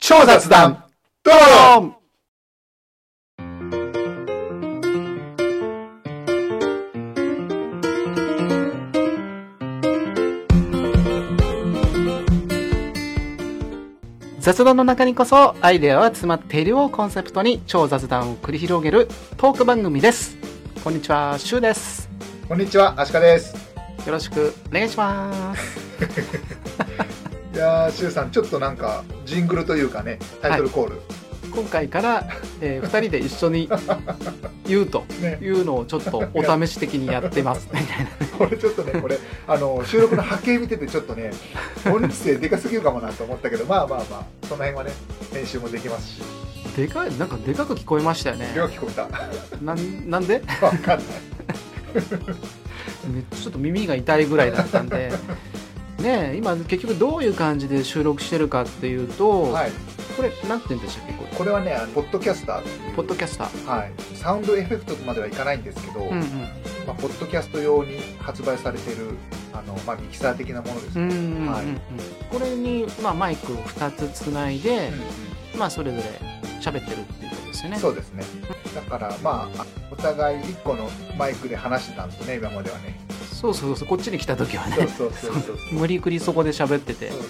超雑談ドーン雑談の中にこそアイデアは詰まっているをコンセプトに超雑談を繰り広げるトーク番組ですこんにちはシュウですこんにちは、アシカです。よろしくお願いしますいやー、シュウさん、ちょっとなんか、ジングルというかね、タイトルコール。今回から、え2人で一緒に言うとね、いうのをちょっとお試し的にやってますみたいなこれちょっとね、これ、あの、収録の波形見てて、ちょっとね、音声でかすぎるかもなと思ったけど、まあまあまあ、その辺はね、編集もできますし、でかいなんかでかく聞こえましたよね量聞こえた。わなんなんでかんない。め ちょっと耳が痛いぐらいだったんでねえ今結局どういう感じで収録してるかっていうと、はい。これなんて言うんでしたっけこれこれはね、あのポッドキャスターっていうポッドキャスターはい。サウンドエフェクトまではいかないんですけど、うんまあ、ポッドキャスト用に発売されてる、あの、まあ、ミキサー的なものですね。うんうんうんうんうんはいこれに、まあ、マイクを2つつないで、まあ、それぞれ喋ってるっていうことですよねそうですね。だから、まあ、お互い1個のマイクで話してたんですね、今まではね。そうそうそうこっちに来た時はそうねそうそうそう。 そう無理くりそこで喋っててそうそう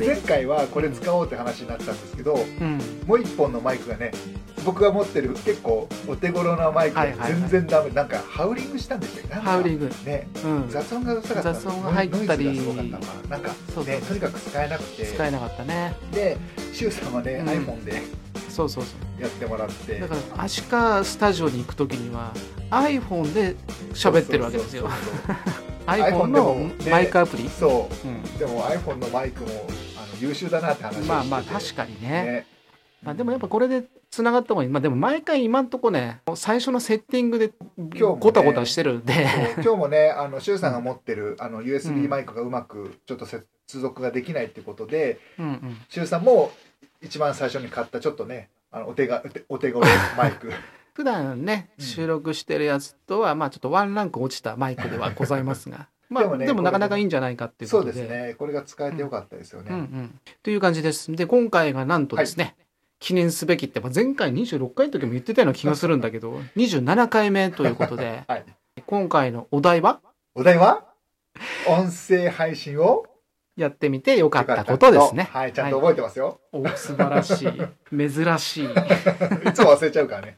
で、前回はこれ使おうって話になったんですけど、うんもう1本のマイクがね、僕が持ってる結構お手頃なマイクがはいはいはい全然ダメ。なんか、ハウリングしたんでしたっけなんかハウリングね、うん雑音がうるさかった雑音が入ったりノイズがすごかったのかななんかそうそうねとにかく使えなくて使えなかったねでシュウさんはね、うん iPhone でそうそうそうやってもらってだからアシカスタジオに行く時には iPhone で喋ってるわけですよそうそうそうそう iPhone の iPhone でもマイクアプリ、そううでも iPhone のマイクもあの優秀だなって話をしてん、てまあまあ確かにねねまあ、でもやっぱこれでつながった方がいい、まあ、でも毎回今んとこねもう最初のセッティングで日もねゴタゴタしてるんで、そう今日もねあのシュウさんが持ってるあのう USB んマイクがうまくちょっと接続ができないっていうことで、うんうん、シュウさんも一番最初に買ったちょっとねあのお手がお手お手頃マイ ク普段ねうん収録してるやつとはまあちょっとワンランク落ちたマイクではございますがまあで でもも,、ねなかなかいいんじゃないかっていうこそうとでですねこれが使えてよかったですよね、うんうん、という感じですで今回がなんとですね、記念すべきって、まあ、前回26回の時も言ってたような気がするんだ けど27回目ということではい今回のお題はお題は音声配信をやってみてよかったことですね。はいちゃんと覚えてますよ、お素晴らしい珍しい い、つも忘れちゃうからね、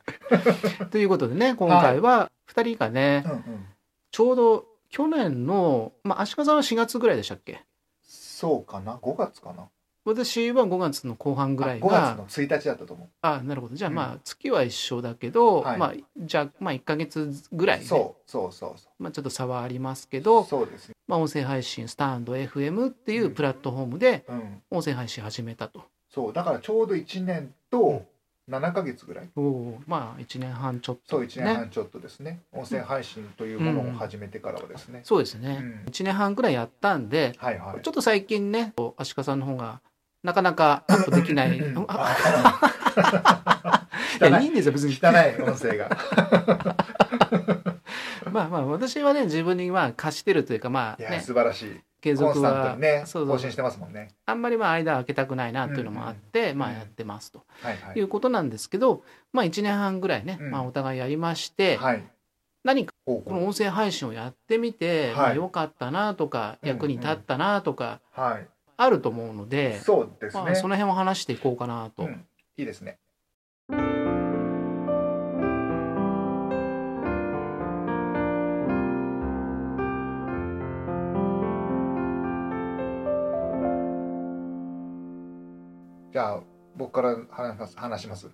ということでね今回は2人がね、うんうん、ちょうど去年の、まあ、足利さんは4月ぐらいでしたっけそうかな5月かな私は5月の後半ぐらいあ5月がの1日だったと思うあなるほどじゃあうんまあ月は一緒だけど、はいまあ、じゃあまあ1ヶ月ぐらい、ねそうそうそうそまあ、ちょっと差はありますけうど、そうですねまあ、音声配信スタンド FM っていううんプラットフォームでうん音声配信始めたと、そうだからちょうど1年と7ヶ月ぐらい、おおまあ1年半ちょっとそう1年半ちょっとですね音声配信というものを始めてからはですね、そうですうんね、1年半ぐらいやったんではいはいちょっと最近ね足利さんの方がなかなかアップできないうんああい や汚いいいんですよ別に汚い音声がまあまあ私はね自分にまあ貸してるというかまいあやね素晴らしい継コン続スタントはにねそう更そ新うしてますもんねあんまりまあ間空けたくないなというのもあって、んまあやってますとはいはいいうことなんですけどまあ1年半ぐらいね、うんまあお互いやりまして、はい何か方この向音声配信をやってみはて、いまあ良かったなとかうん役に立ったなとかはいあると思うので、そうですね、まあその辺を話していこうかなと、うんいいですねじゃあ僕から話します話します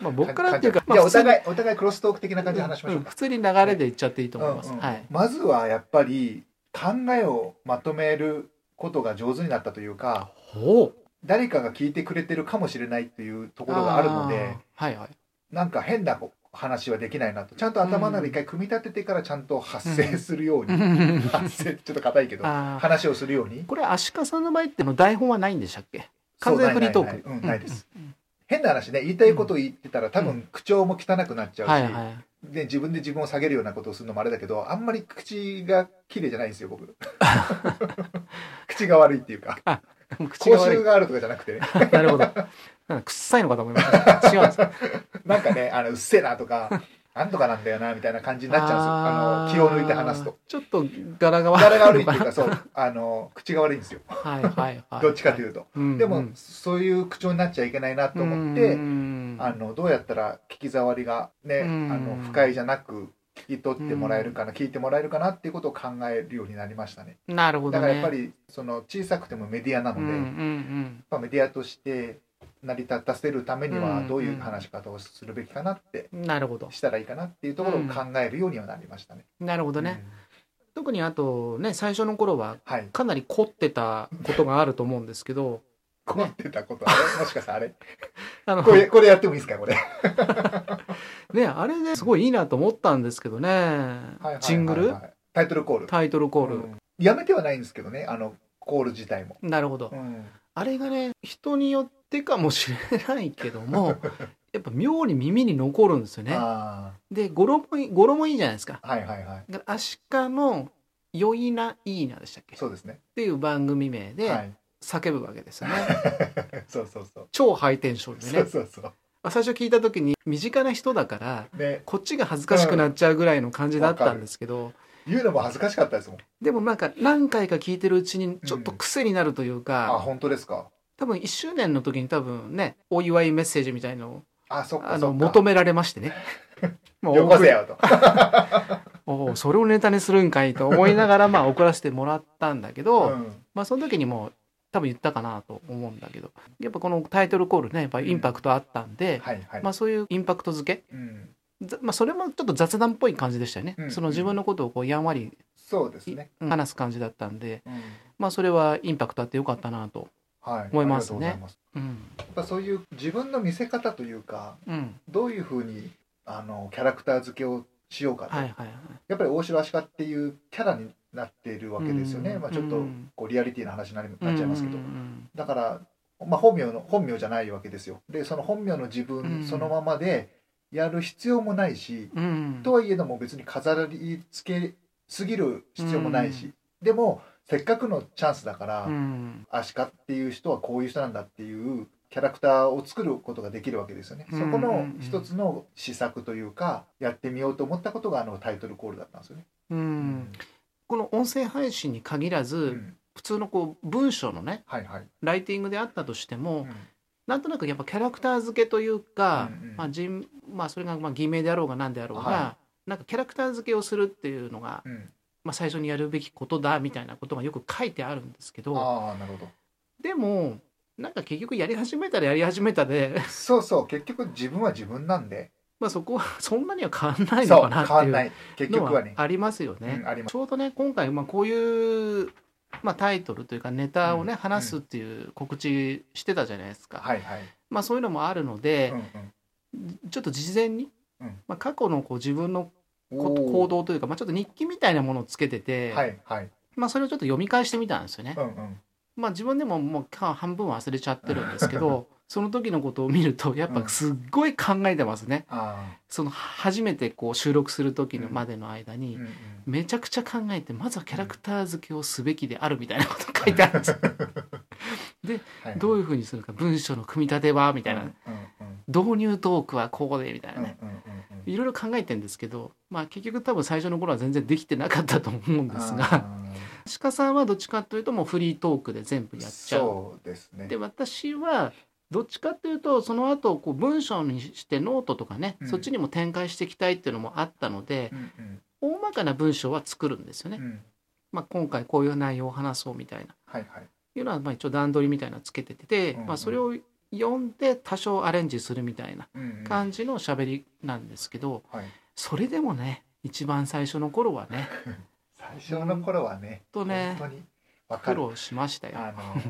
まあ僕からっていうか、じゃあお普通に互いお互いクロストーク的な感じで話しましょううんか普、通に流れでいっちゃっていいと思います、うんうんはいまずはやっぱり考えをまとめることが上手になったというかほう誰かが聞いてくれてるかもしれないというところがあるのであーはいはいなんか変な話はできないなとちゃんと頭の中で一回組み立ててからちゃんと発生するように、発生ちょっと硬いけど あー話をするようにこれ足利さんの場合っての台本はないんでしたっけ完全そうフリートーないクないないうんないです、うん変な話ね言いたいことを言ってたら多分口調も汚くなっちゃうし、はいはいで自分で自分を下げるようなことをするのもあれだけどあん まり口が綺麗じゃないんですよ僕口が悪いっていうかもう口口が悪臭い。があるとかじゃなくてね なるほど。なんか臭いのかと思いました。違うんです。なんかねあのうっせえなと かなんとかなんだよなみたいな感じになっちゃうんですよあの気を抜いて話すと。ちょっと柄が悪柄い。が悪いっていうかそうあの口が悪いんですよはいはいはい。どっちかといううと、とでも、そういう口調になっちゃいけないなと思って、あのどうやったら聞き障りがね、うんあの不快じゃなく聞き取ってもらえるかな、聞いてもらえるかなっていうことを考えるようになりましたねなるほどだね。からやっぱりその小さくてもメディアなのうで、んうやっんぱメディアとして成り立たせるためにうはんどういう話し方をするべきかなって、うん。なるほど。したらいいかなっていうところを考えるようにはなりましたね。なるほどね。特にあとね、最初の頃はうんはいかなり凝ってたことがあると思うんですけど、困ってたことあれもしかしてあれあのこ、れこれやってもいいですかこれね、あれですごいいいなと思ったんですけどねはいはいはいは。いジングルタイトルコールタイトルコール。うんやめてはないんですけどねあのコール自体も、なるほどう。んあれがね、人によってかもしれないけども、やっぱ妙に耳に残るんですよね。あで、語呂もいい、語呂もいいじゃないですか。あはいはいはいだからアシカの「よいな」「いいな」でしたっけっそうですねていう番組名はでい 叫ぶわけですよね、 そうそうそう超ハイテンションでそうねそうそう最初聞いた時に身近な人だからねこっちが恥ずかしくなっちゃうぐらいの感じだったんですけど、言うのも恥ずかしかったですもんでもなんか何回か聞いてるうちにちょっと癖になるというあか、本当ですか多分1周年の時に多分ねお祝いメッセージみたいのをあそっかあそのっか求められましてねも うよこせよと おうそれをネタにするんかいと思いながらまあ送らせてもらったんだけど、うんまあその時にも多分言ったかなと思うんだけどやっぱこのタイトルコールねやっぱインパクトあったんで、はいはい、まあそういうインパクト付けうん、ざまあそれもちょっと雑談っぽい感じでしたよね、うんその自分のことをこうやんわりそうですい、ね、うん話す感じだったんでうんまあそれはインパクトあってよかったなとはい、思いますあねりがとうございますうんやっぱそういう自分の見せ方というかうんどういうふうにあのキャラクター付けをしようかと、はいはいはいやっぱり大城アシカっていうキャラになっているわけですよね、うんまあ、ちょっとうんこうリアリティの話になりなっちゃいますけど、うんうんだから、まあ、本名の本名じゃないわけですよでその本名の自分そのままでやる必要もないし、うんうんとはいえども別に飾り付けすぎる必要もないし、うでもせっかくのチャンスだから、うんアシカっていう人はこういう人なんだっていうキャラクターを作ることができるわけですよね、うんそこの一つの試作というかやってみようと思ったことがあのタイトルコールだったんですよね。うんこの音声配信に限らず、うん普通のこう文章のねはいはい、ライティングであったとしても、うんなんとなくやっぱキャラクター付けというか、うんうんまあ人まあ、それがまあ偽名であろうが何であろうが、はなんかキャラクター付けをするっていうのが、うんまあ、最初にやるべきことだみたいなことがよく書いてあるんですけどああなるほどでもなんか結局やり始めたらやり始めたで、 そうそう結局自分は自分なんでまあ、そこはそんなには変わんないのそかうな変ってわいんなうい結の局ははねありますよね。うんありますちょうどね今回まあこういう、まあ、タイトルというかネタをね、うん話すっていう告知してたじゃないですか。はいはい、まあ、そういうのもあるので、ちょっと事前に、うんまあ、過去のこう自分のうんうん、こおー行動というか、まあ、ちょっと日記みたいなものをつけてて、はいはい、まあ、それをちょっと読み返してみたんですよねう。んうん、まあ、自分でももうか半分忘れちゃってるんです けどその時のことを見るとやっぱすっごい考えてますね。あその初めてこう収録する時のうんまでの間ー、に、うんうん、めちゃくちゃ考えてまずはキャラクター付けをすべきであるみたいなこと書いてあるんですよはいどうういうふうにするか文章の組み立てはみみたいな、うんうん導入トークはこうでみたいなうんね、うんうんうんいろいろ考えてんですけど、まあ、結局多分最初の頃は全然できてなかったと思うんですがあ鹿さんはどっちかというともうフリートークで全部ーやっちゃうそうですねで私はどっちかというとその後こう文章にしてノートとかね、うんそっちにも展開していきたいっていうのもあったのでうんうん大まかな文章は作るんですよね、うんまあ、今回こういう内容を話そうみたいなはいはいいうのはまあ一応段取りみたいなのつけてて、うんうんまあ、それを読んで多少アレンジするみたいなうんうん感じの喋りなんですけど、はいそれでもね一番最初の頃はね 最初の頃はねほんとね本当にわか苦る労しましたよ。あの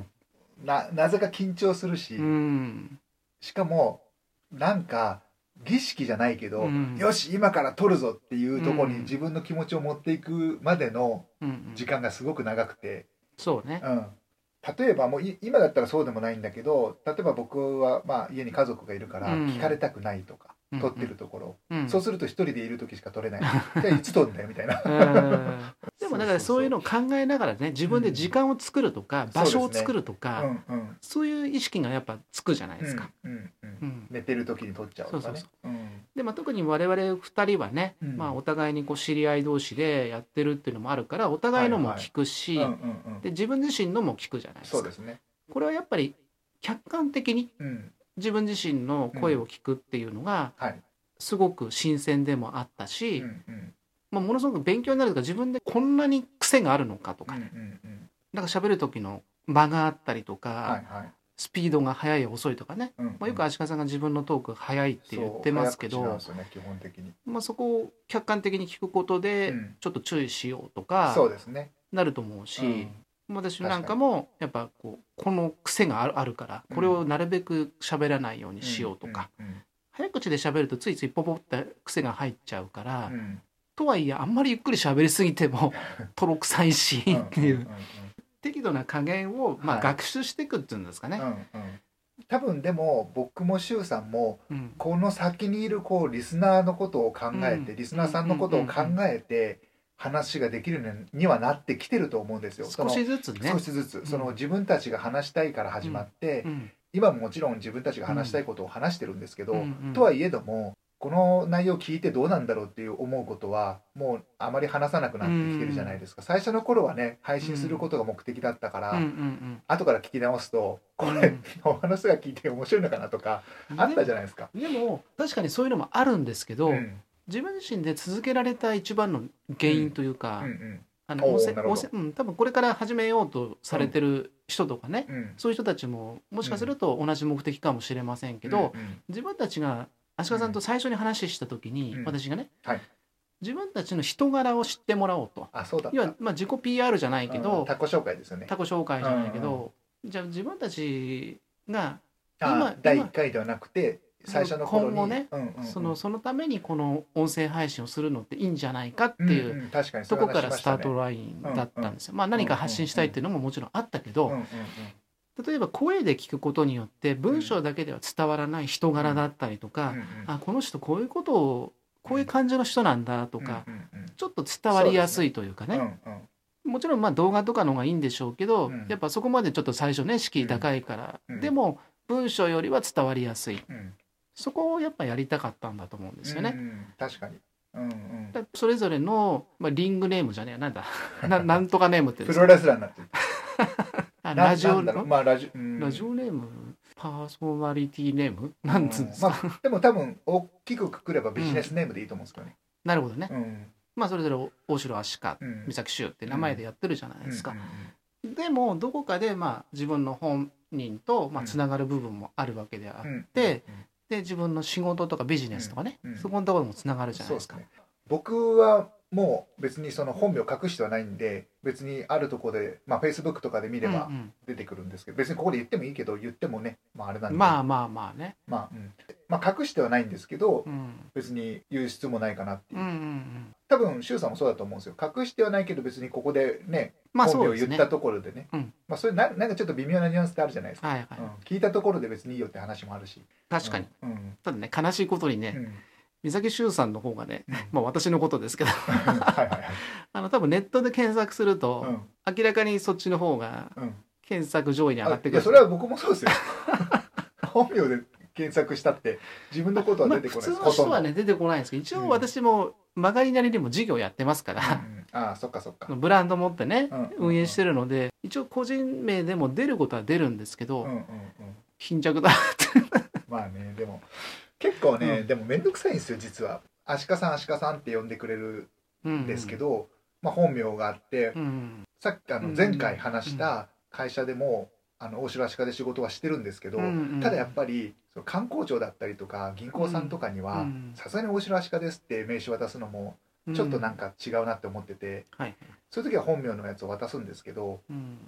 ななぜか緊張するし、うん、しかもなんか儀式じゃないけど、うんよし今から撮るぞっていうところうんに自分の気持ちを持っていくまでのうんうん時間がすごく長くて、そうね。うん、例えばもうい今だったらそうでもないんだけど例えば僕は、まあ、家に家族がいるからうん聞かれたくないとか、うん撮ってるところ、うんそうすると一人でいる時しか撮れ ないじゃあいつ撮るんだよみたいな うんでもだからそういうのを考えながらね自分で時間を作るとか、場所を作るとかうんうんそういう意識がやっぱつくじゃないですか。うんうんうんうん寝てる時に撮っちゃうとかねそううんでまあ、特に我々2人はね、うんまあ、お互いにこう知り合い同士でやってるっていうのもあるからお互いのも聞くし、うんうんうんで自分自身のも聞くじゃないですそうかですねこれはやっぱり客観的にうん自分自身の声を聞くっていうのがはいすごく新鮮でもあったし、うんうんまあ、ものすごく勉強になるとか自分でこんなに癖があるのかとうか、んうんうんなんか喋る時の間があったりとか、はいはいスピードが速い遅いとかね、うんまあ、よく足利さんが自分のトーク速いって言ってますけそう早口どなんですよね基本的にそ,、まあ、そこを客観的に聞くことで、うんちょっと注意しようとかそうですねなると思うし、うん私なんかもやっぱこうこの癖があるあるからこれをなるべく喋らないようにしようとか、うんうん早口で喋るとついついポポって癖が入っちゃうから、うんうんとはいえあんまりゆっくり喋りすぎ てもとろくさいしっていう、うんうん適度な加減をまはあい学習していくっていうんですかね。うんうん多分でも僕も周さんもうんこの先にいるこうリスナーのことを考えて、うんリスナーさんのことを考えて話ができるようにはなってきてると思うんですよ。少しずつねその少しずつ、んその自分たちが話したいから始まって、うん今ももちろん自分たちが話したいことを話してるんですけど、うんうんとはいえどもこの内容を聞いてどうなんだろうっていう思うことはもうあまり話さなくなってきてるじゃないですか、最初の頃はね配信することが目的だったから、うんうん後から聞き直すとこうんれ、お話が聞いて面白いのかなとかうん あったじゃないですか。でも確かにそういうのもあるんですけど、うん自分自身で続けられた一番の原因というか、うんうんあおのー音声なるほど音声うん、多分これから始めようとされてる人とかね、うんそういう人たちももしかすると同じ目的かもしれませんけど、うんうん自分たちが足利さんと最初に話した時に、うん私がね、はい自分たちの人柄を知ってもらおうとあそうだった要は、まあ、自己 PR じゃないけうんど、タコ紹介ですよね他己紹介じゃないけど、じゃあ自分たちが今あ第1回ではなくて最初の頃に今後ねうんうんうんそのそのためにこの音声配信をするのっていいんじゃないかっていう、んん確かにとそここからスタートラインだったんですよ。まあ、何か発信したいっていうのももちろんあったけど、例えば声で聞くことによって文章だけでは伝わらない人柄だったりとか、あこの人こういうことをこういう感じの人なんだととか、ちょっと伝わりやすいというかねもちろんまあ動画とかの方がいいんでしょうけど、うんやっぱそこまでちょっと最初ね敷居高いから、うんでも文章よりは伝わりやすいそこをやっぱやりたかったんだと思うんですよね。確かにうんうんだそれぞれの、まあ、リングネームじゃねえな んだななんとかネームっていうプんですかロレスラーになってるあなラジオなんだろうまあラジオうんラジオネームパーソナリティネームなんつうんですか、まあでも多分大きくくくればビジネスネームでいいと思うんですけどねなるほどね、うんまあそれぞれ大城アシカうん三崎修って名前でやってるじゃないですか、うんうんでもどこかでまあ自分の本人とまあつながる部分もあるわけであっうんうんて、で自分の仕事とかビジネスとかね、うんうんそこのところもつながるじゃないそうでですすかね僕はもう別にその本名隠してはないんで別にあるとこでまあフェイスブックとかで見ればうんうん出てくるんですけど別にここで言ってもいいけど言ってもねまああれなんでまあまあまあね、まあ、うんまあ、隠してはないんですけど、うん、別に言う必要もないかなっていうう、んうんうん多分周さんもそうだと思うんですよ隠してはないけど別にここでねまあ本名をそうです言っねたところでねうんまあ、それななんかちょっと微妙なニュアンスってあるじゃないですか、はいはい、うん聞いたところで別にいいよって話もあるし確かに、、うんうんただね悲しいことにね、うん三崎修さんの方がね、うん まあ私のことですけどはいはいはい、あの多分ネットで検索すると、うん明らかにそっちの方がうん、 検索上位に上がっあていくるやそれは僕もそうですよ 本名で検索したって自分のことはまあ出てこ普ないです、通の人はねほ出てこないんですけど一うん応私も曲がりなりにも事業やってますかとんど、ら、うんうんああそっかそっかブランド持ってね、うん運営してるので一応個人名でも出ることは出るんですけど、うんうんうん貧弱だまあねでも結構ね、うでも面倒くさいんですよ実はアシカさんアシカさんって呼んでくれるん ですけど、まあ、本名があって、うん、うんさっきあうのん前回話した会社でも、あの大城アシカで仕事はしてるんですけど、うんうんただやっぱりその観光庁だったりとか銀行さんとかにうはんさすがに大城アシカですって名刺渡すのもうんちょっとなんか違うなって思ってて、はい、そういう時は本名のやつを渡すんですけどうん、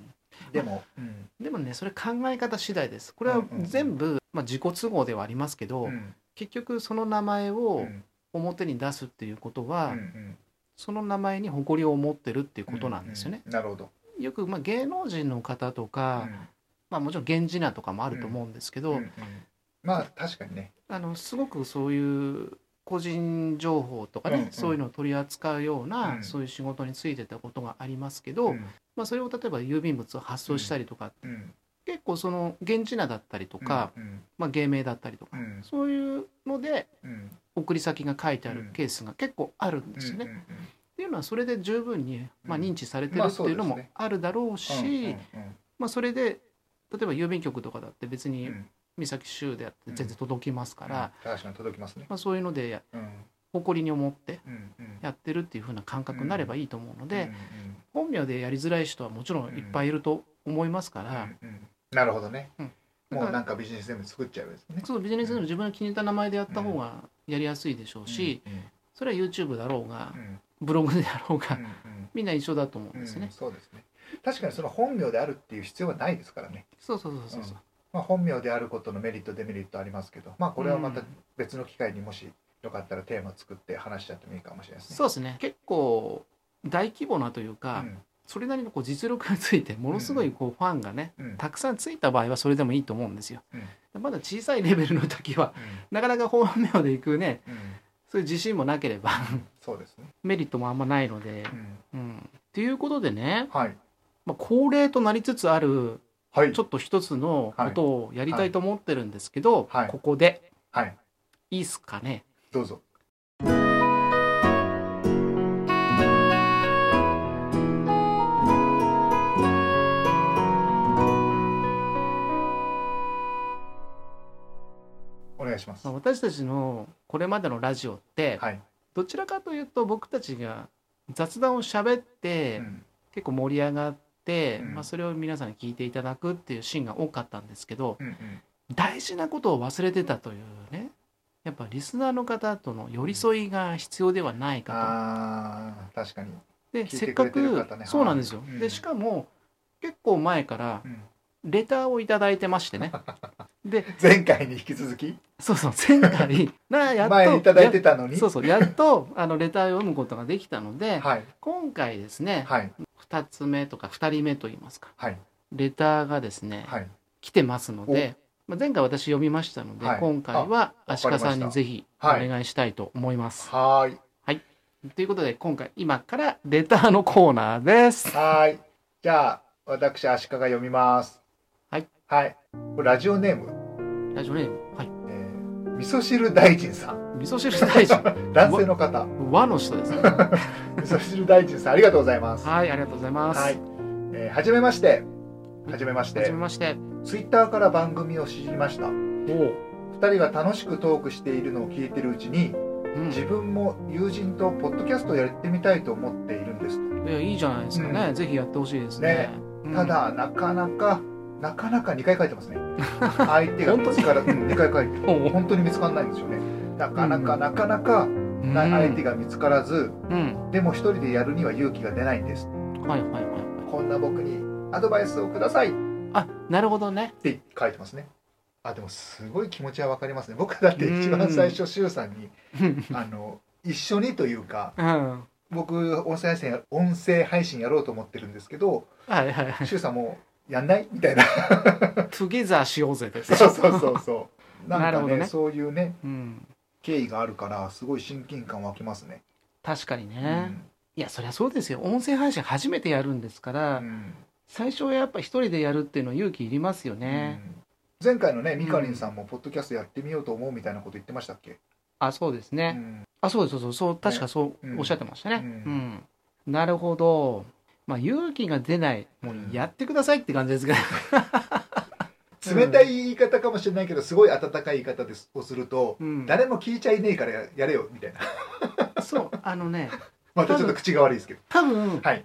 でも、うんでもねそれ考え方次第ですこれはうんうん全部、まあ、自己都合ではありますけど、うん結局その名前うをん表に出すっていうことうは、んその名前に誇りを持ってるっていうことなんですよね。ううなるほど。よくまあ芸能人の方とうか、んまあ、もちろん源氏名とかもあると思うんですけど、うんうんまあ確かにねあのすごくそういう個人情報とかね、うんうんそういうのを取り扱うような、うんそういう仕事についてたことがありますけど、うんまあ、それを例えば郵便物を発送したりとか、うん結構その現地名だったりとか、うんまあ、芸名だったりとか、うんそういうのでうん送り先が書いてあるケースが結構あるんですよね。うんっうんうんていうのはそれで十分に、まあ、うん認知されてるまあっていうそのうもですねあるだろうし、うんうんうんまあ、それで例えば郵便局とかだって別にうん三崎州であって全然届きますから、うん確かに届きますねまあ、そういうのでやうん誇りに思ってうんうんやってるっていう風な感覚になればいいと思うので、うんうん本名でやりづらい人はもちろんいっぱいいると思いますから、うんうんなるほどね、うんもうなんかビジネスでも作っちゃうですねそうビジネスでも自分が気に入った名前でやった方がやりやすいでしょうし、うんそれは YouTube だろうがうんうんブログであろうが、うんうんみんな一緒だと思うんですうんね、そうですね確かにその本名であるっていう必要はないですからね、そうそうそうそうそう、まあ、本名であることのメリットデメリットありますけどまあこれはまた別の機会にもしよかったらテーマ作って話しちゃってもいいかもしれないですねそうですね結構大規模なというか、うんそれなりのこう実力がついてものすごいこうファンがね、うんたくさんついた場合はそれでもいいと思うんですよ、まだ小さいレベルの時はうなかなか本名でいくねんうんそういう自信もなければそうですね、メリットもあんまないので、うんうん、っていうことでね、はいまあ、恒例となりつつあるはいちょっと一つのことをやりたいと思ってるんですけど、はいはいここではいいいっすかねどうぞお願いしますまあ私たちのこれまでのラジオって、はい、どちらかというと僕たちが雑談を喋って、うん結構盛り上がって、うんまあ、それを皆さんに聞いていただくっていうシーンが多かったんですけどうんうん大事なことを忘れてたというねやっぱリスナーの方との寄り添いが必要ではないあかー確かに、と、で聞いせってかくれてるく方ねそうなんですよ、はいうんでしかも結構前からうんレターを頂いただいてましてねで前回に引き続きそうそう前 回なやっと前にいただいてたのにやそうそうやっとあのレターを読むことができたので、はい今回ですね、はい2つ目とか2人目といいますかはいレターがですね、はい来てますので、まあ、前回私読みましたので、はい今回はあ足利さんにわかりましたぜひおはい願いしたいと思います。はーいということで今回今からレターのコーナーです。はーいじゃあ私足利読みますはいはいこれラジオネーム、ラジオネーム、はいえ、ー味噌汁大臣さん味噌汁大臣男性の方和の 人ですね。味噌汁大臣さんありがとうございますはいありがとうございます。はい、えー、はじめましてはじめましはじてめまして。ツイッターから番組を知りました2おう、人が楽しくトークしているのを聞いてるうちにうん、自分も友人とポッドキャストをやってみたいと思っているんですいやいいじゃないですかね。うぜひやってほしいですね。うんただなかなかなかなか2回書いてますね 相手が見つから2回書いておう本当に見つからないんですよねなかなかなかなかうんな相手が見つからずうん、でも一人でやるには勇気が出ないんですはいはいはいはい。こんな僕にアドバイスをくださいっあなるほどね。 て書いてますねあでもすごい気持ちはわかりますね僕だって一番最初柊さんにうんあの一緒にというかうん僕音声配信や音声配信やろうと思ってるんですけどはいは いはい。柊さんもうやんないみたい なトゥゲザーしようぜです。そうそうそうそうなん なるかほねどねそういうねうん、経緯があるからすごい親近感湧きますね、確かにね。うんいやそりゃそうですよ音声配信初めてやるんですから、うん最初はやっぱ一人でやるっていうのは勇気いりますよね、うん前回のねみかりんさんもポッドキャストやってみようと思うみたいなこと言ってましたっけ、あそうですね、うんあそうですそうそうそう確かそううんおっしゃってましたねううんん、なるほどまあ勇気が出ないもうんうやってくださいって感じですけ ど、冷たい言い方かもしれないけどすごい温かい言い方ですをすると、うん、誰も聞いちゃいねえからややれよみたいな そうあのねまたちょっと口が悪いですけど多分はい、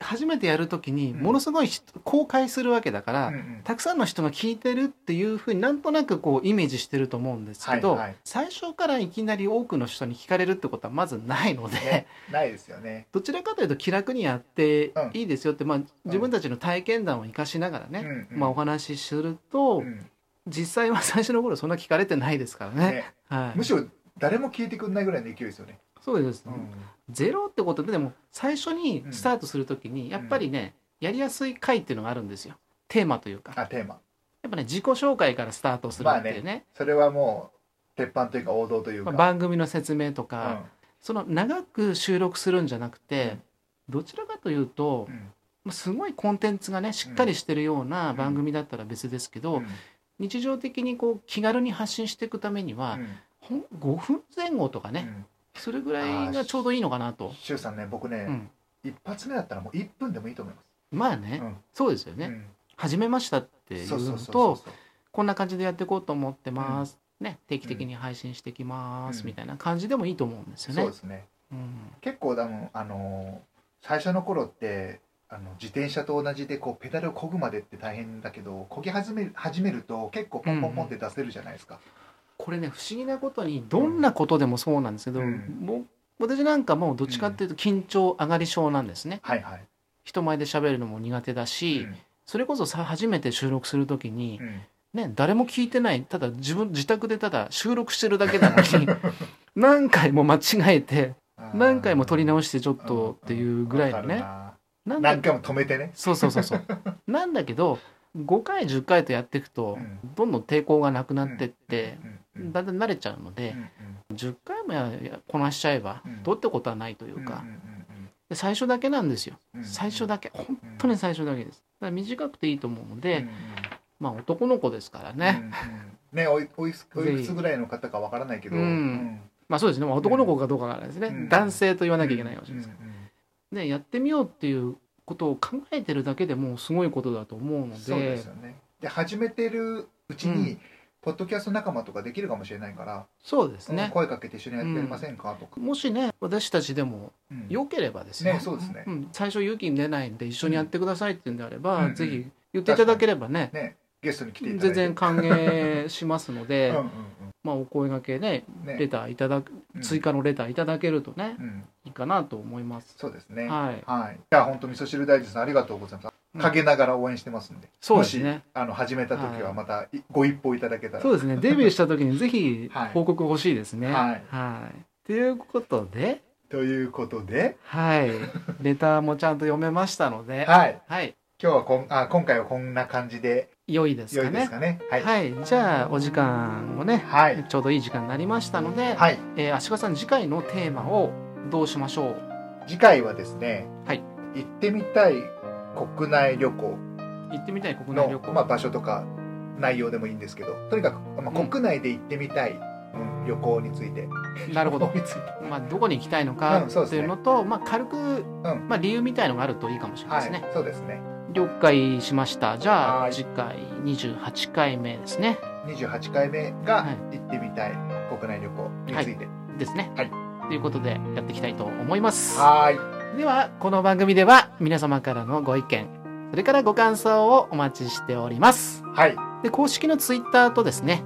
初めてやる時にうんものすごい人公開するわけだから、うんうんたくさんの人が聞いてるっていうふうになんとなくこうイメージしてると思うんですけど、はいはい最初からいきなり多くの人に聞かれるってことはまずないのでないですよね どちらかというと気楽にやっていいですよって、まあ、自分たちの体験談を生かしながらね、うんうんまあ、お話しすると、うん実際は最初の頃そんな聞かれてないですからね。ねはい、むしろ誰も聞いてくんないぐらいの勢いですよね、そうです、うんゼロってことででも最初にスタートするときにやっぱりね、やりやすい回っていうのがあるんですよテーマというか。あテーマやっぱね自己紹介からスタートするっていうね,、それはもう鉄板というか王道というまか、あ番組の説明とか、その長く収録するんじゃなくて、どちらかというとうん、うんまあすごいコンテンツがねしっかりしてるような番組だったら別ですけど、うん日常的にこう気軽に発信していくためには、ほん5分前後とかうね、んそれぐらいがちょうどいいのかなうとん、周さんね僕うね、ん、一発目だったらもう一分でもいいと思いますまあね、うんそうですよね、うん始めましたっていうそうそのうそうとそうこんな感じでやっていこうと思ってます、ね、定期的に配信してきまうす、んみたいな感じでもいいと思うんですよね。そうですねうん結構あの、あのー最初の頃ってあの自転車と同じでこうペダルを漕ぐまでって大変だけど漕ぎ始め始めると結構ポンポンポンって出せるじゃないですか、これね不思議なことにどんなことでもそうなんですけど、うんもう私なんかもうどっちかっていうと緊張上がり症なんですね、はいはい、人前で喋るのも苦手だうし、んそれこそさ初めて収録する時にう、んね、誰も聞いてないただ自分自宅でただ収録してるだけなの に何回も間違えてあー何回も撮り直してちょっとっていうぐらいのうんねわかなるんなだ何回も止めてねそうそうそ うそうなんだけど5回10回とやっていくとうんどんどん抵抗がなくなってってうんうんだんだん慣れちゃうのうでんうん10回もややこなしちゃえばうんどうってことはないというんうかんんで最初だけなんですようんうん最初だけ本当に最初だけですだから短くていいと思うのうんでまあ男の子ですからうんうんねねおいおいくつおぜひいくつぐらいの方かわからないけど、うんまあそうですねまあ男の子かどうかからですうねん男性と言わなきゃいけないかもしれないですうんうんうんね、やってみようっていうことを考えてるだけでもうすごいことだと思うのでそうですよねで始めてるうちに、ポッドキャスト仲間とかできるかもしれないから、そうですうんね、声かけて一緒にやってみませんか、とか、もしね私たちでもうん良ければですねねそうですねん、最初勇気出ないんで一緒にやってくださいっていうんであれば、うんぜひ言っていただければねねゲストに来ていただい全て然歓迎しますので、うんうんまあ、お声がけねうん ねレターいただくうん追加のレターいただけるとね、うんいいかなと思います。そうですねはい、はい、じゃあ本当味噌汁大臣さんありがとうございますうん陰ながら応援してますんで、そうですねもしあの始めた時ははいまたいご一報いただけたら、そうですねデビューした時にぜひはい報告欲しいですね。はいはい、ということで。ということで、 はい。レターもちゃんと読めましたので、はい、はい。今日はこんあ今回はこんな感じで良いです良かいですね。かねはいはい。じゃあ、お時間もね、はい、ちょうどいい時間になりましたので、はい、えー、足利さん、次回のテーマをどうしましょう次回はですね、はい行ってみたい国内旅行行ってみたい国内の旅行。まあ、場所とか内容でもいいんですけどとにかく、まあ、うん国内で行ってみたい、うん旅行についてなるほど 。についてまあ、どこに行きたいのうかんそうでっすてねいうのと、まあ、軽く、まあ、理由みたいのがあるといいかもしれないはでい、すね。そうですね了解しました。じゃはあ、い次回28回目ですね。 28回目がはい行ってみたい国内旅行についてですね。はいということで、やっていきたいと思います。はーいではこの番組では皆様からのご意見それからご感想をお待ちしておりますはいで公式のツイッターとですね、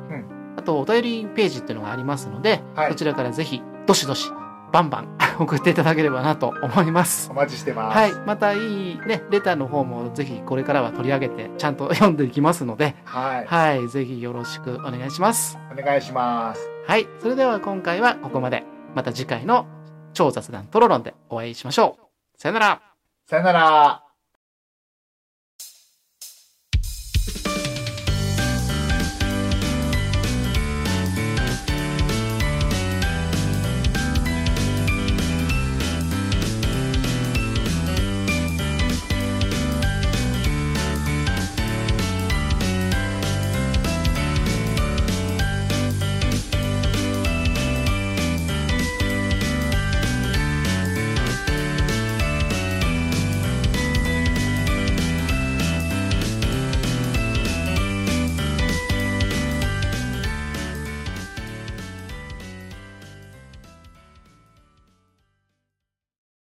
うあとお便りページっていうのがありますので、はいそちらからぜひどしどしバンバン 送っていただければなと思いますお待ちしてますはいまたいいねレターの方もぜひこれからは取り上げてちゃんと読んでいきますのではい、はいぜひよろしくお願いしますお願いしますはいそれでは今回はここまでまた次回の超雑談トロロンでお会いしましょうさよならさよなら